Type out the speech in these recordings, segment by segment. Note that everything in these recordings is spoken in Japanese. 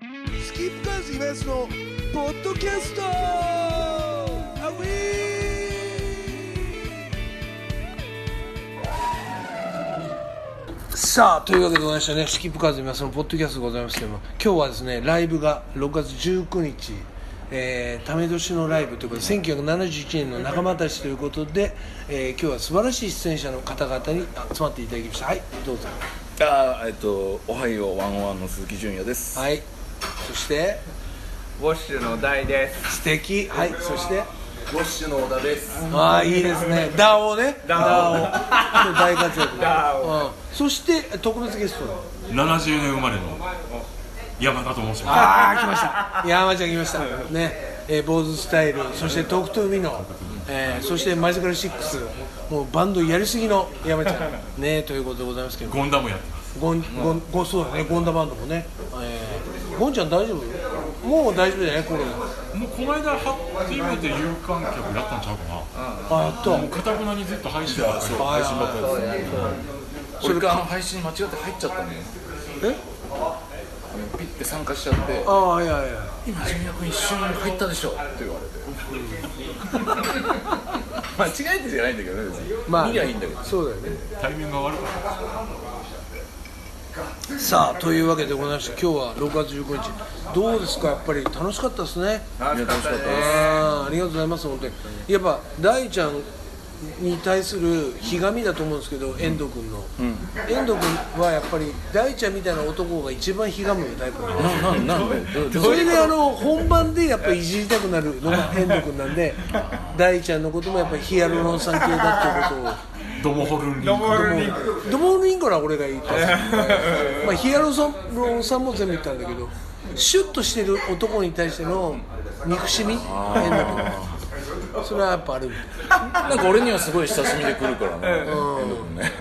キープカーズイベントのポッドキャストアウさあというわけでございましてねスキップカーズイベントのポッドキャストでございますけども今日はですねライブが6月19日えー、ため年のライブということで1971年の仲間たちということで、えー、今日は素晴らしい出演者の方々に集まっていただきましたはいどうぞあーえっとおはようワンワンの鈴木純也です、はいそしてウォッシュの大です。素敵はいそしてウォッシュの小田ですああいいですねダオねダダオオ 大活躍ダオうん、そして特別ゲスト70年生まれの山田と申しますああ来ました山ちゃん来ましたねえー、坊主スタイルそしてトークトゥーミーの、えー、そしてマジカルシックスもうバンドやりすぎの山ちゃんねということでございますけどゴンダムやってますゴンゴンゴンそうだねゴンダバンドもね、えー、ゴンちゃん大丈夫もう大丈夫じゃないコロナもうこの間初めて有観客やったんちゃうかあやっとなかたくなにずっと配信ばっかり配信ばっかそれかあの配信間違って入っちゃったのよえピッて参加しちゃってああいやいや「今純也君一瞬入ったでしょ」って言われて 間違えてじゃないんだけどね別に、まあ見りゃいいんだけどそうだよねタイミングが悪かったさあというわけでございまして今日は6月15日どうですかやっぱり楽しかったですねいや楽しかったですあーありがとうございます本当にやっぱ大ちゃんに対するひがみだと思うんですけど遠藤君の、遠藤君はやっぱり大ちゃんみたいな男が一番ひがむタイプなんでななんなんで どどそれであの本番でやっぱりいじりたくなるのが遠藤君なんで大ちゃんのこともやっぱりヒアルロン酸系だっていうことをドモホルンリンどうクもドモールインコラ俺が言ったんですけど、まあ、ヒアルロン酸も全部言ったんだけどシュッとしてる男に対しての憎しみ変なそれはやっぱあるみたいなんか俺にはすごい親しみで来るからね遠藤君ね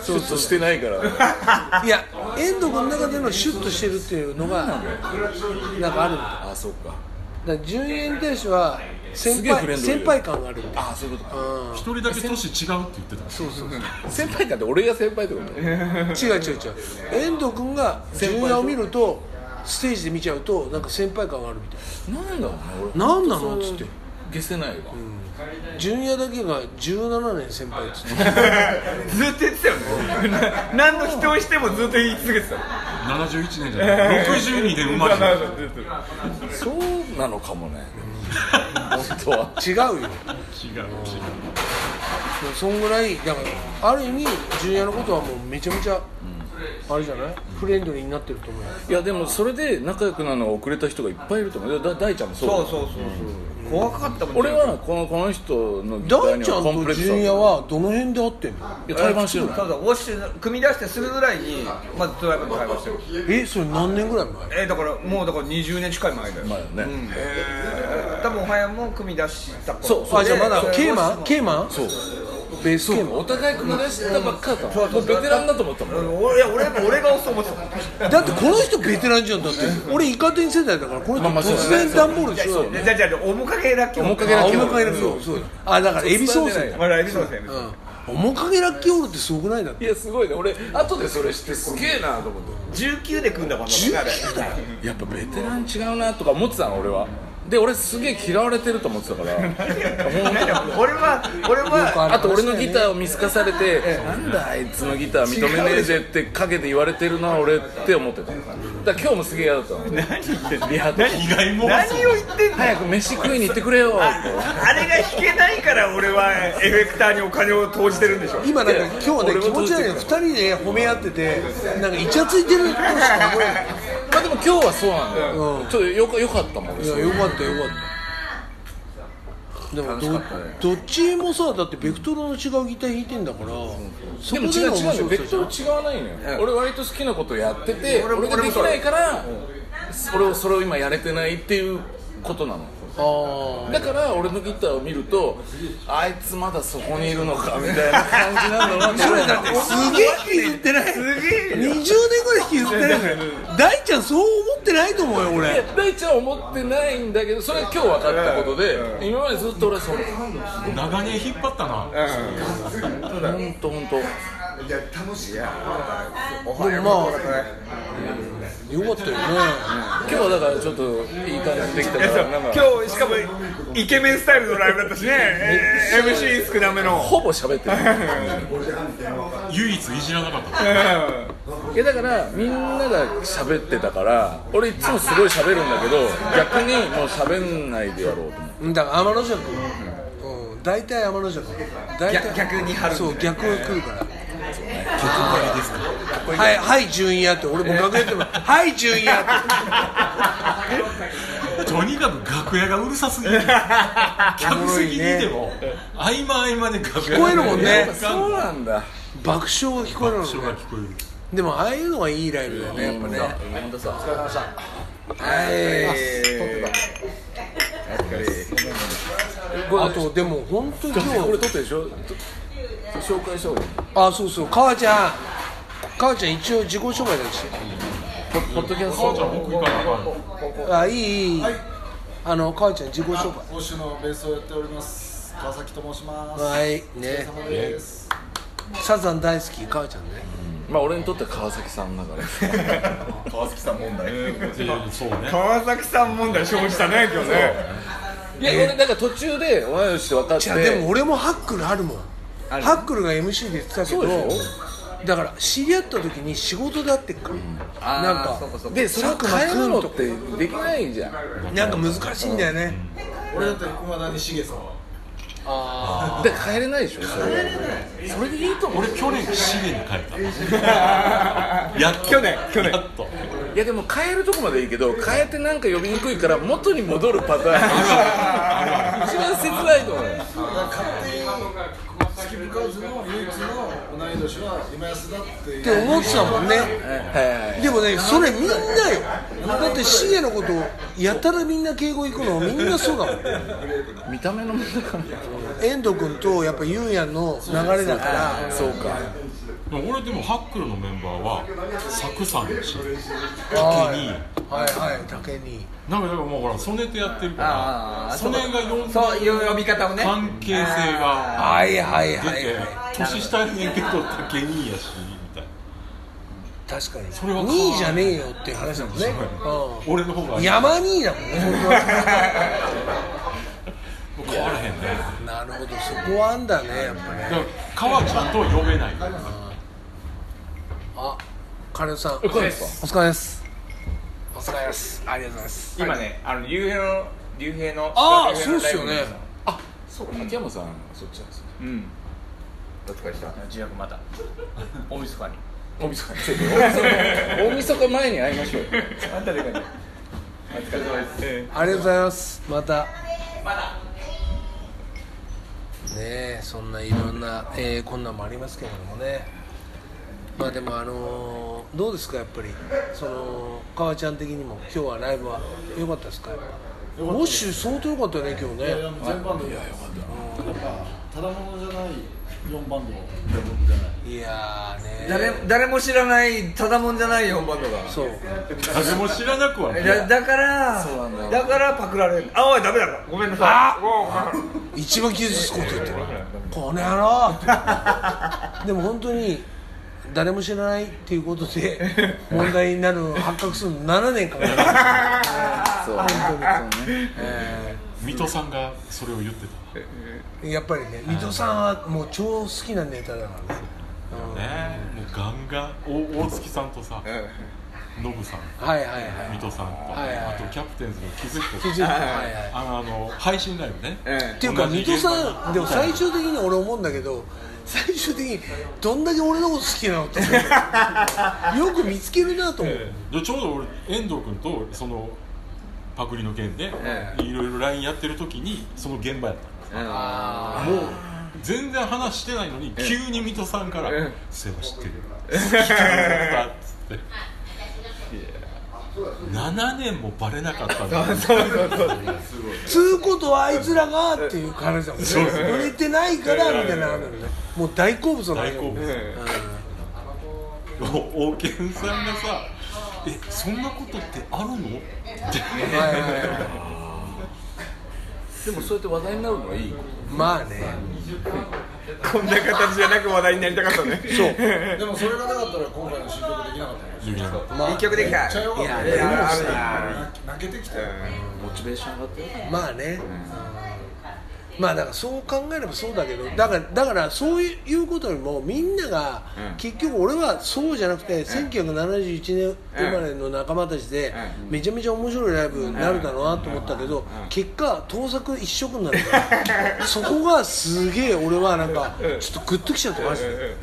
そうそうしてないから、いや遠藤君の中でのシュッとしてるっていうのがなんかあるみたいあそうかだから純英に対しては先すげえフレ輩ンドリー先輩感があるみたいあそういうことか一人だけ年違うって言ってたそうそうそう先輩なんて俺が先輩ってこと違う違う違う遠藤君が純也を見るとステージで見ちゃうとなんか先輩感があるみたいなんだろうね俺な何なのっつって消せないわ、純也だけが17年先輩っつってずっと言ってたよね。 な何の人をしてもずっと言い続けてたよ。 71年じゃない62年生まれなのんかずっと言ってたそうなのかもね本当は違うよ違う違うそんぐらいだからある意味純也のことはもうめちゃめちゃ、あれじゃないフレンドリーになってると思うよいやでもそれで仲良くなるのが遅れた人がいっぱいいると思うだだ大ちゃんもそうだそうそうそうそう。怖かったもん。俺はこのこの人の大ちゃんと純也ははどの辺で会ってんのいや対バンしてるのそうそうウォッシュの組み出してすぐぐらいにまずドライバーと会話してる。えそれ何年ぐらい前えーだからもうだから20年近い前だよ。前よね、多分おはやも組み出した頃。そうそうあじゃあまだでケーマンケーマンそうベースケーマお互い組み出してたばっかだったそのうもそううベテランだと思ったもんうん俺いや俺やっぱ俺が遅いと思ってたンだってこの人ベテランじゃんだって俺イカ天世代だからこの人まあまあそう突然段ボールしようもん。じゃあじゃあ面影ラッキー。面影あラッキ面ーオー影ルラッキーオールそうだあだからエビソースだまあライブそうですね。うん面影ラッキーオールってすごくないだっていやすごいね俺後でそれ知ってすげえなと思っ19で組んだから。19だよ。てやっぱベテラン違うなとか思ってたの俺はで俺すげえ嫌われてると思ってた からいやいや俺は俺はあと俺のギターを見透かされて、なんだあいつのギター認めねえぜって陰で言われてるな俺って思ってただから今日もすげえ嫌だったの何言ってんのリハと意外も何を言ってんの早く飯食いに行ってくれよってあれが弾けないから俺はエフェクターにお金を投じてるんでしょ今なんか今日俺ねも気持ち悪いの2人で褒め合っててなんかイチャついてる人しか思えないまあでも今日はそうなんだよ、ちょっとよかよかったもん俺いやよかったよかったでもど,、どっちもさだってベクトルの違うギター弾いてんだから、そでこもで違の面う違う白ベさクじゃトルん違わないのよ、俺割と好きなことやってて俺俺もができないから、俺をそれを今やれてないっていうことなのあだから俺のギターを見るとあいつまだそこにいるのかみたいな感じな のはそれだってすげえ引きずってない20すげえよ年ぐらい引きずってない大ちゃんそう思ってないと思うよいや俺大ちゃんは思ってないんだけどそれは今日分かったことで、今までずっと俺はその長年引っ張ったな本当本当でもまあよかったよね今日はだからちょっといい感じできたかいやそうらなんか今日しかもイケメンスタイルのライブだ ったしねえー MC 少なめのほぼ喋ってる 唯一いじらなかったいやだからみんなが喋ってたから俺いつもすごい喋るんだけど逆にもう喋んないでやろうと思ってうんだから天の尺うん大体天の尺大体逆逆に張るんだそようね逆を来るからあれですかはいはい順位やって俺も楽屋でもはい順位やってとにかく楽屋がうるさすぎる客席にいても合間合間で楽聞屋こえるもんねそうなんだ爆笑が聞こえるの人ねが聞こえるでもああいうのがいいライブだよねやっぱね本当さあとでも本当に今これ日撮ってるでしょ紹介した方がいいあそうそう母ちゃん母ちゃん一応自己紹介だしポッドキャス母ちゃトん僕行かなあかんのあいいいいあの母ちゃん自己紹介講師のベースをやっております川崎と申します、はいねお疲れ様ですサザン大好き母ちゃんねまあ俺にとっては川崎さんだから川崎さん問題でそうね 川崎さん問題生じたね今日ねいや俺なんか途中で同い年って分かってじゃあでも俺もハックルあるもんハックルが MC で言ってたけどそうでしだから知り合った時に仕事で会ってっから、なんかでそれを変えるのってできないじゃんなんか難しいんだよね、俺だって熊田にしげさんで変えれないでしょそれそれでいいと思う俺去年資源に帰った やっと去年去年やっといやでも変えるとこまでいいけど変えてなんか呼びにくいから元に戻るパターンが一番切ないと思うよ勝手にスキップカーズの唯一の同い年は今安だっていうって思ってたもんねはいはいはいでもねそれみんなよだってシゲのことをやたらみんな敬語行くのみんなそうだもん見た目の問題かも遠藤君とやっぱゆうやんの流れだからそうかでも俺でもハックルのメンバーはサクさんだしは竹いにはいはい竹になんかだからもうほらソネとやってるあからあソネが4そういう呼び方をね関係性がはいはい出て年下やねんけど竹にやしみたいな確かにそれは2位じゃねえよっていう話だもんねうん俺の方が山2位だもんね本当は変わらへんねなるほどそこはあんだねやっぱだねから川ちゃんとは呼べないあ金戸さんおこれですか疲れですお疲れですありがとうございます今ねあの竜兵の竜兵のああそうっすよねそうか秋山さんそっちなんですねうんお疲れした重役また大晦日に大晦日ちょっと大晦日大晦日前に会いましょうよあんたでかねお疲れ様です、ありがとうございますまたねえそんないろんな、えー、こんなんもありますけれどもねまあでもあのーどうですかやっぱりその川ちゃん的にも今日はライブは良かったですかやっぱウォッシュ相当良かったよね今日ね全バンドいやよかったやっぱただものじゃない4バンドじゃないいやーね誰誰も知らないただもんじゃない4バンドがそう誰も知らなくはないだだからそうなんだよだからパクられるあおいダメだろごめんなさい一番傷つくこと言ってるこの野郎でも本当に誰も知らないっていうことで 問題になるのを発覚するの7年かかるそうそうね水戸さんがそれを言ってやっぱりね水戸さんはもう超好きなネタだからねたねもうガンガンお大月さんとさノブさんはいはいはい水戸さんとはいはいあとキャプテンズの気づ気づいいてたはいはいあのあの配信ライブねえっていうか同じ水現戸場さんでも最終的に俺思うんだけど最終的にどんだけ俺のこと好きなのって思うよく見つけるなと思う、でちょうど俺遠藤君とそのパクリの件でえいろいろ LINE やってる時にその現場やったあもう全然話してないのに急に水戸さんからええ「セバ知ってる」 「好きだった」っつって7年もバレなかったんだーつうことはあいつらがっていう感じだもんね売れてないからみたいなのあるよねもう大好物なんだ大よ好物お王健さんがさ「えそんなことってあるの?」ってはいはいはいでもそうやって話題になるのはいいことまあねこんな形じゃなく話題になりたかったねそうでもそれがなかったら今回の新曲できなかったかもしれないまあ一曲できためっちゃ良かったいやいやあるな泣けて きたよモチベーション上がってるまあね、まあだからそう考えればそうだけどだからだからそういうことよりもみんなが、結局俺はそうじゃなくて、1971年生まれの仲間たちで、めちゃめちゃ面白いライブになるだろうなと思ったけど、結果盗作一色になるからそこがすげえ俺はなんかちょっとグッときちゃってマジで。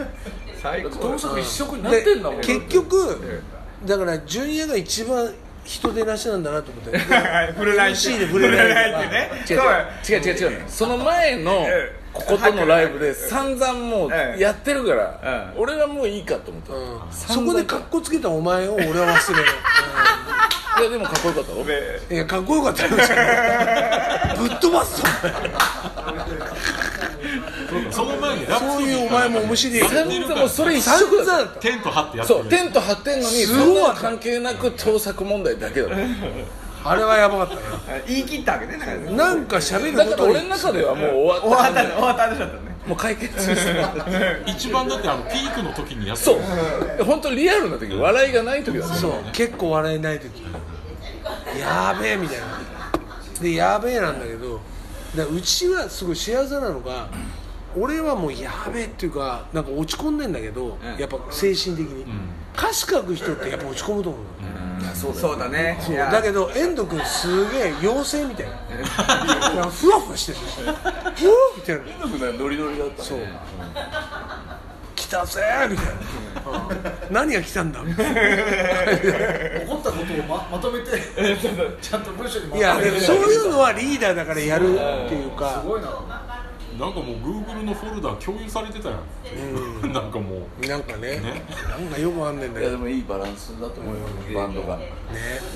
最高盗作一色になってんだもんで結局だからジュニアが一番人手なしなんだなと 思って振るないって MC で振れないとか振れないって違ねうそう違う違う違う違うその前のええこことのライブで散々もうええやってるからええ俺はもういいかと思ったうんそ散こ々でかっこつけたお前を俺は忘れる、いやでもかっこよかったよでうんいやかっこよかったよじゃあぶっ飛ば すぞその前にラプそソうディいうおーか前らも面白い散々もうそれ一散色だ々だったったテント張ってやってそうるテント張ってんのにすごいそんなの関係なく盗作問題だけだもんあれはやばかっ言い切ったわけねだからたななんか喋だるこからと俺のに中ではもう終終わわっったたの終わった話だったのねもう解決した一番だってあのピークの時にやってそるう本当リアルな時笑いがない時だもんそう結構笑えない時やべえみたいなでやべえなんだけどだからうちはすごい幸せなのが俺はもうやべえっていうかなんか落ち込んでんだけど、やっぱ精神的に、歌詞書く人ってやっぱ落ち込むと思う、そうだねそういやだけど遠藤君すげえ妖精みたいな なんかふわふわしてるふわみたいなノリノリだったそう来たぜみたいな、うん何が来たん だみたいな怒ったことをままとめてちゃんと文章にまとめていやでもそういうのはリーダーだからやるっていうすかごいななんかもう Google のフォルダ共有されてたやんなんかもうなんかねなんかよくあんねんだいけやどでもいいバランスだと思うよバンドがね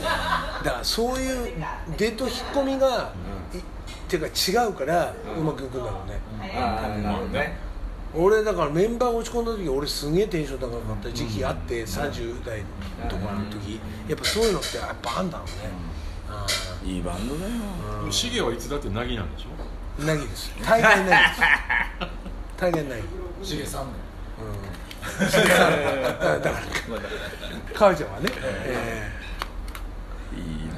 だからそういう出と引っ込みが、いっていうか違うからうまくいくんだろうね、あーなるほどね俺だからメンバーが落ち込んだ時俺すげえテンション高かった時期あって、30代とかの時、やっぱそういうのってやっぱあんだろうね、いいバンドだよシゲはいつだってなぎなんでしょうなぎです大概なぎです大概なぎしげさんもだからだからかわちゃんはね、えいいな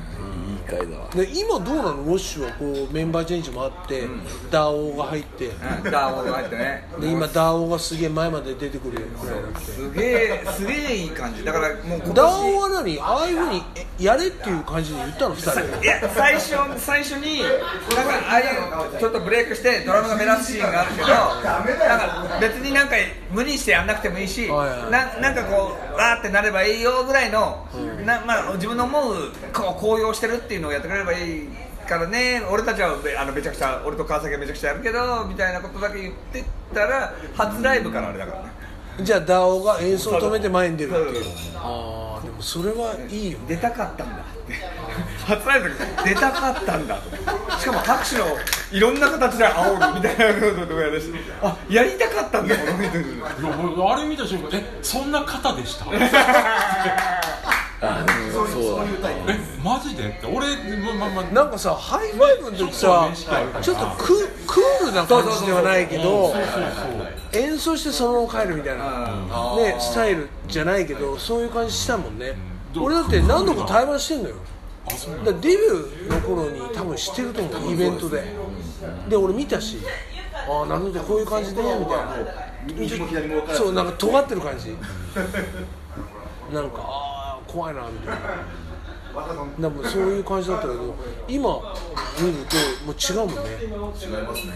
いい回だわーで今どうなのウォッシュはこうメンバーチェンジもあって、ダオが入って、うんダーボーが入ってねで今ダオがすげえ前まで出てくるくらいだってすげえすげえいい感じだからもう今ダオ年は何ああいうふうにえやれっていう感じで言ったの2人いや最初最初になんかああいうちょっとブレイクしてドラムが目立つシーンがあるけどなんか別になんか無理してやんなくてもいいしはいはいななんかこうわーってなればいいよぐらいの、なまあ、自分の思うこう高揚してるっていうのをやってくれればいいからね俺たちはべあのめちゃくちゃ俺と川崎はめちゃくちゃやるけどみたいなことだけ言ってったら初ライブからあれだからねじゃあダオが演奏止めて前に出るっていうそうああでもそれはいいよ出たかったんだって 初ライブの時出たかったんだとしかも拍手のいろんな形で煽るみたいなこととかやるしあやりたかったんだこの人いやもうあれ見た瞬間え そんな方でしたえあでもそうだマジでって俺まままなんかさハイファイブの時さちょっとねちょっとククールな感じではないけどそうそう演奏してそのまま帰るみたいなねスタイルじゃないけどそういう感じしたもんねうん俺だって何度も対話してんのよあそうなんだからデビューの頃に多分知ってると思うイベントでで俺見たしああなるほどこういう感じでみたいな右も左も分からそうなんか尖ってる感じなんかああ怖いなみたいなでもそういう感じだったけど今見るともう違うもんね違いますね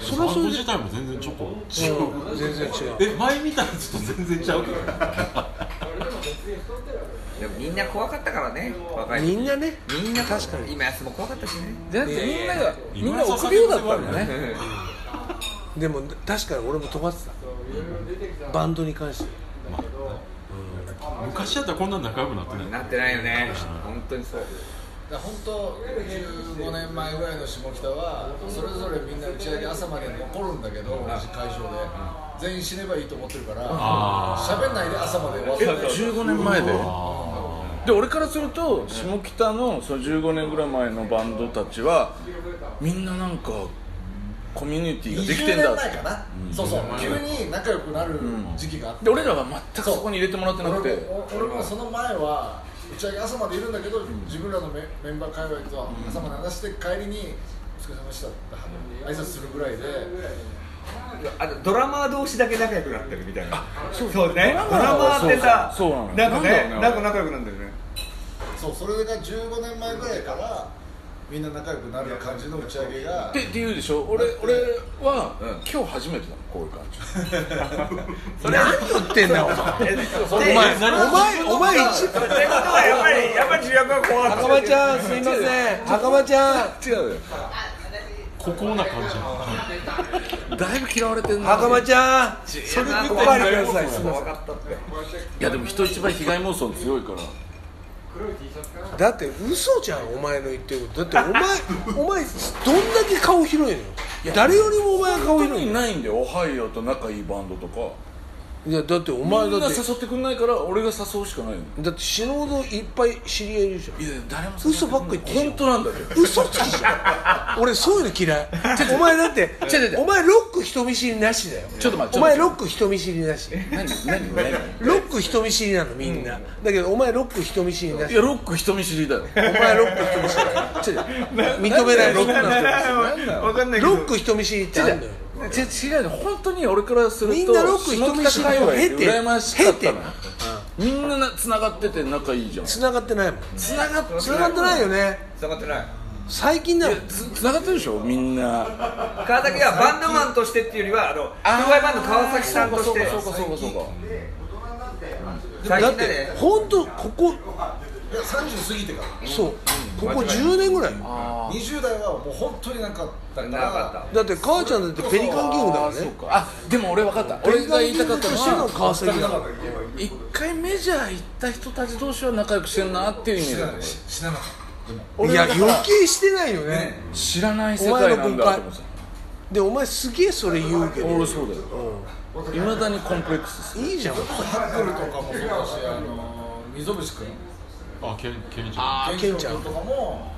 それバはンそドれ自体も全然ちょっと違うで、うん、全然違うえ前見たやつと全然ちゃうでもみんな怖かったからね若いみ時んなねみんな確かに今安も怖かったしねじゃなくてみんながみんな臆病だったんだねでも確かに俺も尖ってたバンドに関して昔だったらこんな仲良くなってないなってないよね本当にそうだから本当15年前ぐらいの下北はそれぞれみんな打ち上げ朝まで残るんだけど同じ会場で全員死ねばいいと思ってるからあ喋んないで朝まで終わって15年前でで俺からすると下北のその15年ぐらい前のバンドたちはみんななんかコミュニティができてんだ20年前かな、そうそう急に仲良くなる時期があって、で俺らは全くそこに入れてもらってなくて俺も俺もその前は打ち上げ朝までいるんだけど、自分らのメメンバー界隈と朝まで話して帰りに「お疲れ様でした」って挨拶するぐらいで、あのドラマー同士だけ仲良くなってるみたいなそうねドラマーってさそうそうそうななのんよかなんだろうねねなんか仲良くなるんだよねそうそれが15年前ぐらいからみんな仲良くなる感じの打ち上げがってって言うでしょ俺俺は、今日初めてだもんこういう感じ 何言ってんだよお前お前お前お前一ということはやっぱりやっぱり主役はこうなって袴ちゃんすいません袴ちゃん違うよ孤高な感じなのだいぶ嫌われてるな袴ちゃんそれでおかわりくださいすいませんいやでも人一倍被害妄想強いからだって嘘じゃんお前の言ってることだってお 前お前どんだけ顔広いのよ誰よりもお前が顔本当広いにのよないんだよオハイオと仲いいバンドとかいやだっておみ前んなだって誘ってくんないから俺が誘うしかないのだって死ぬほどいっぱい知り合いいるじゃんいや誰も嘘ばっか言ってるじゃん本当なんだけど嘘つきじゃん俺そういうの嫌い お前だってちょちょちょお前ロック人見知りなしだよちょっと待ってお前ロック人見知りなし何何何ロック人見知りなのみんな、だけどお前ロック人見知りないしやロック人見知りだよお前ロック人見知りなし認めないロックな人見知わかんないりけどロック人見知りってあるんだよ違う違う本当に俺からするとみんなロック人見知り下北界隈で経て羨ましかったのよ経みんなつな繋がってて仲いいじゃん繋がってないもん繋がって繋がってないよね繋がってない最近だよつ繋がってるでしょみんな川崎はバンドマンとしてっていうよりはあの障害バンド川崎さんとしてそうかそうかそうかそうか最だっ近だてね本当ここいや30過ぎてから。そうここ10年ぐらいよ20代はもう本当になかったからなかだって母ちゃんだってペリカンキングだからそうねかあでも俺分かった俺が言いたかったのペリカンキングとしてのは川崎だから一回メジャー行った人たち同士は仲良くしてんなっていう意味だよね死ななかったいや余計してないよね知らない世界なんだと思ってでお前すげえそれ言うけたど俺そうだよいまだにコンプレックスですいいじゃんハックルとかもそうだし、あの溝渕君、あケンケンちゃんあケンちゃんとかも、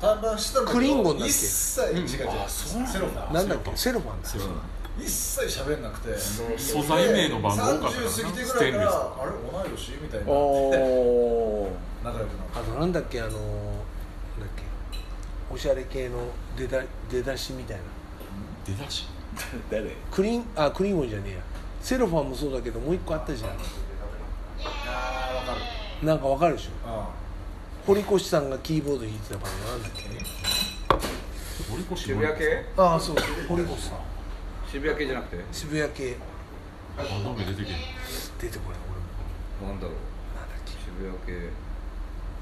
対バンしたんだけど、クリンゴンだっけ一切違う違う、セロファンなんだっけセロファンだ一切喋んなくて、素材名の番号多かったからな30過ぎてスぐらテいンかレら、スあれ、同い年みたいな、おー仲良くなっあのなんだっけあのーなんだっけおしゃれ系の出だ出だしみたいな出だし誰クリーンあクリーンゴンじゃねえやセロファンもそうだけどもう一個あったじゃんた。あー、わかる。なんかわかるでしょあ堀越さんがキーボード弾いてたバンドなんだっけ俺こし渋谷系ああそう堀越さん渋谷系じゃなくて渋谷系バンド名出てけ出てこない俺もなんだろうなんだっけ渋谷系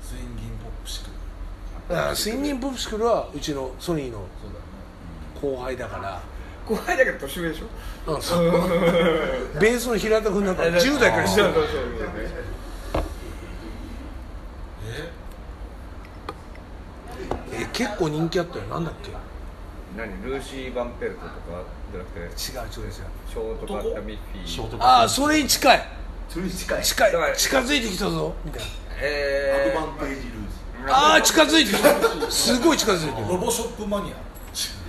スインギンポップシクああスインギンポップシクルはうちのソニーのそうだよね。後輩だ から後輩だけど年上でしょうんそうベースの平田君 なんか10代からしてそるうそうそうえ結構人気あったよなんだっけ何ルーシー・バンペルトとかじゃなくて違う違う違うショートバッタミッフィーショートあカあそれに近いそれに近い近いだから近づいてきたぞみたいなアドえバンテージルーズああ近づいてきたすごい近づいてロるボショップマニア。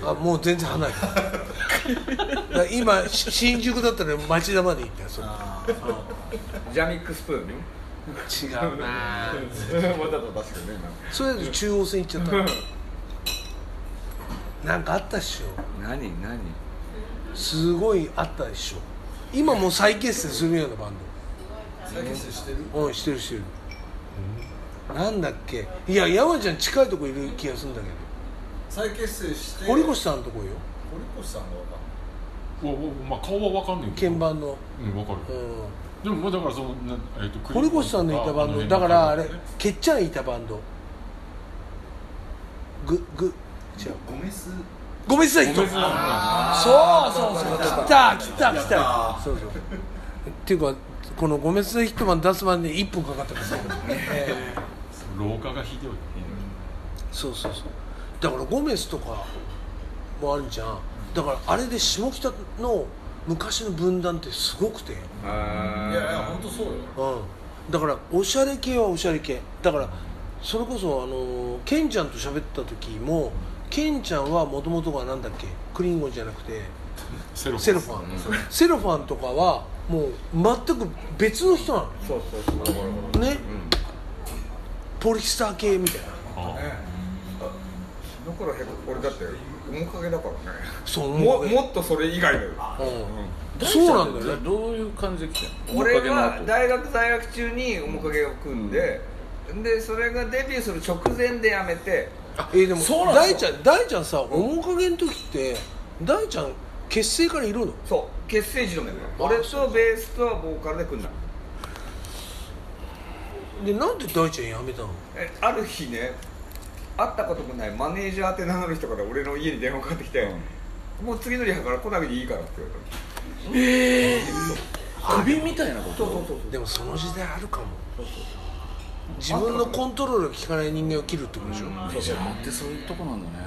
あもう全然離れただから今し新宿だったら町田まで行ったよそれー、ジャミック・スプーン違うな わざと出すけどねそれで中央線行っちゃったなんかあったっしょ何何すごいあったでしょ今もう再結成するようなバン再結成してるドうんしてるしてる、なんだっけいや山ちゃん近いとこいる気がするんだけ再結成して、ど堀越さんのとこよ堀越さんがわかんないーおおまあ顔は分かんないけ鍵ど盤のうん分かるうんでもまあだからそのなえっと堀越さんのいたバンドだからあれけっちゃんいたバンドググ違うゴメスごめんなさいお人めそうそでうとうあそう来た来た来たそうそうっていうかこの「ごめんなさい一晩」出すまでに1分かかったからさええー廊下がひどいそうそうそうだからゴメスとかもあるじゃんだからあれで下北の昔の分断ってすごくてあいやいや、本当そうよ。うんだからおしゃれ系はおしゃれ系だからそれこそあのケンちゃんと喋った時もケンちゃんはもともとがなんだっけクリンゴンじゃなくてセロセロファン、セロファンとかはもう全く別の人なのそうそうそうね、ポリスター系みたいなだからへ俺だって面影だからねそう思もう、うん、もっとそれ以外だよそうなんだよねどういう感じで来てんの俺面は影の後大学在学中に面影を組んで、でそれがデビューする直前で辞めてえーでもそうなんだ大ちゃん大ちゃんさ面影の時って大ちゃん結成からいるのそう結成時のメンバー俺とベースとボーカルで組んだでなんで大ちゃん辞めたのえある日ね会ったこともないマネージャーって名乗る人から俺の家に電話かかってきて、もう次のリハから来なくていいからって言われた首みたいなことそうそうでもその時代あるかも自分のコントロールが効かない人間を切るってことでしょメジャーってそういうとこなんだね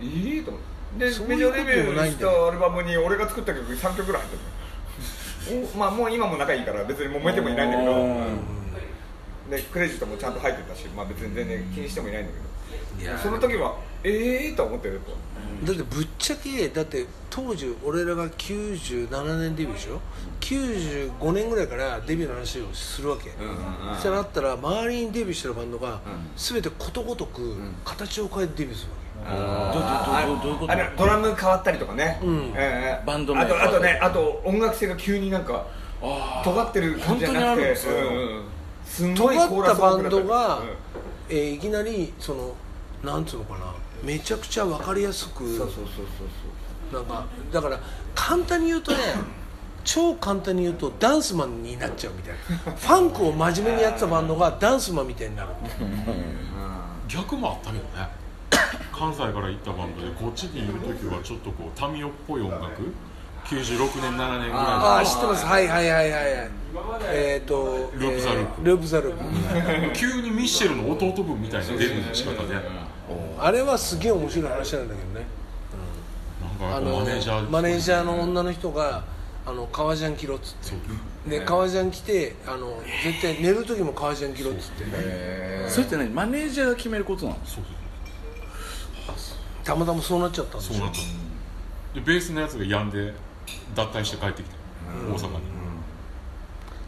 そういいと思ってでそうメジいうャこーとデでビもュなーいんしだよたアルバムに俺が作った曲3曲ぐらい入ってるおまあもう今も仲いいから別に揉めてもいないんだけどでクレジットもちゃんと入ってたし、まあ、別に全然気にしてもいないんだけどその時はええー、と思ってるとだってぶっちゃけだって当時俺らが97年デビューでしょ95年ぐらいからデビューの話をするわけ、そうなったら周りにデビューしてるバンドが全てことごとく形を変えてデビューするわどどどどどういうことあれドラム変わったりとかね、んええバンド名あとあとねあと音楽性が急になんか尖ってる感じじゃ本当なくにあるんでてすようんすんけ、ごいコ尖ーっラたス多バくンなったりドが、うんえーいきなりそのなんつうのかなめちゃくちゃ分かりやすくそうそうそうそなうんかだから簡単に言うと ね超簡単に言うとダンスマンになっちゃうみたいなファンクを真面目にやってたバンドがダンスマンみたいになる逆もあったけどね 関西から行ったバンドでこっちにいる時はちょっとこう民謡っぽい音楽96年7年ぐあらあい知ってますはいはいはいはいはいえっ、とループザループえループザループの急にミッシェルの弟分みたいなデビューの仕方でなんかあれはすげえ面白い話なんだけどねやあっぱのマネージャーマネージャーの女の人が「あの革ジャン着ろ」っつってで革ジャン着てあの絶対寝る時も革ジャン着ろっつってそれって何マネージャーが決めることなのそうそたまたまそうなっちゃったんでうそうしそうょなっちゃったでベースのやつが病んで脱退して帰ってきて大阪に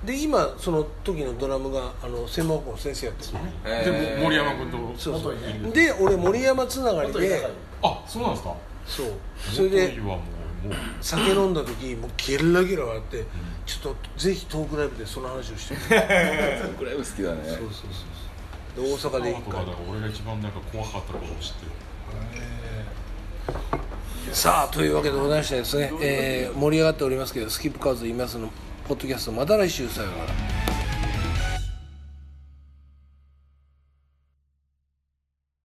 で今その時のドラムがあの専門学校の先生やってるでも森山君とそうそうで俺森山つながりであそうなんですかそうそれで元井はもうもう酒飲んだ時もうゲラゲラ笑ってちょっとぜひトークライブでその話をしてくれクライブ好きだねそうそうそうそうで大阪で一とか回だから俺が一番なんか怖かったことを知ってるさあというわけでございましてですね、えー盛り上がっておりますけどスキップカーズ今すのポッドキャストまた来週さようなら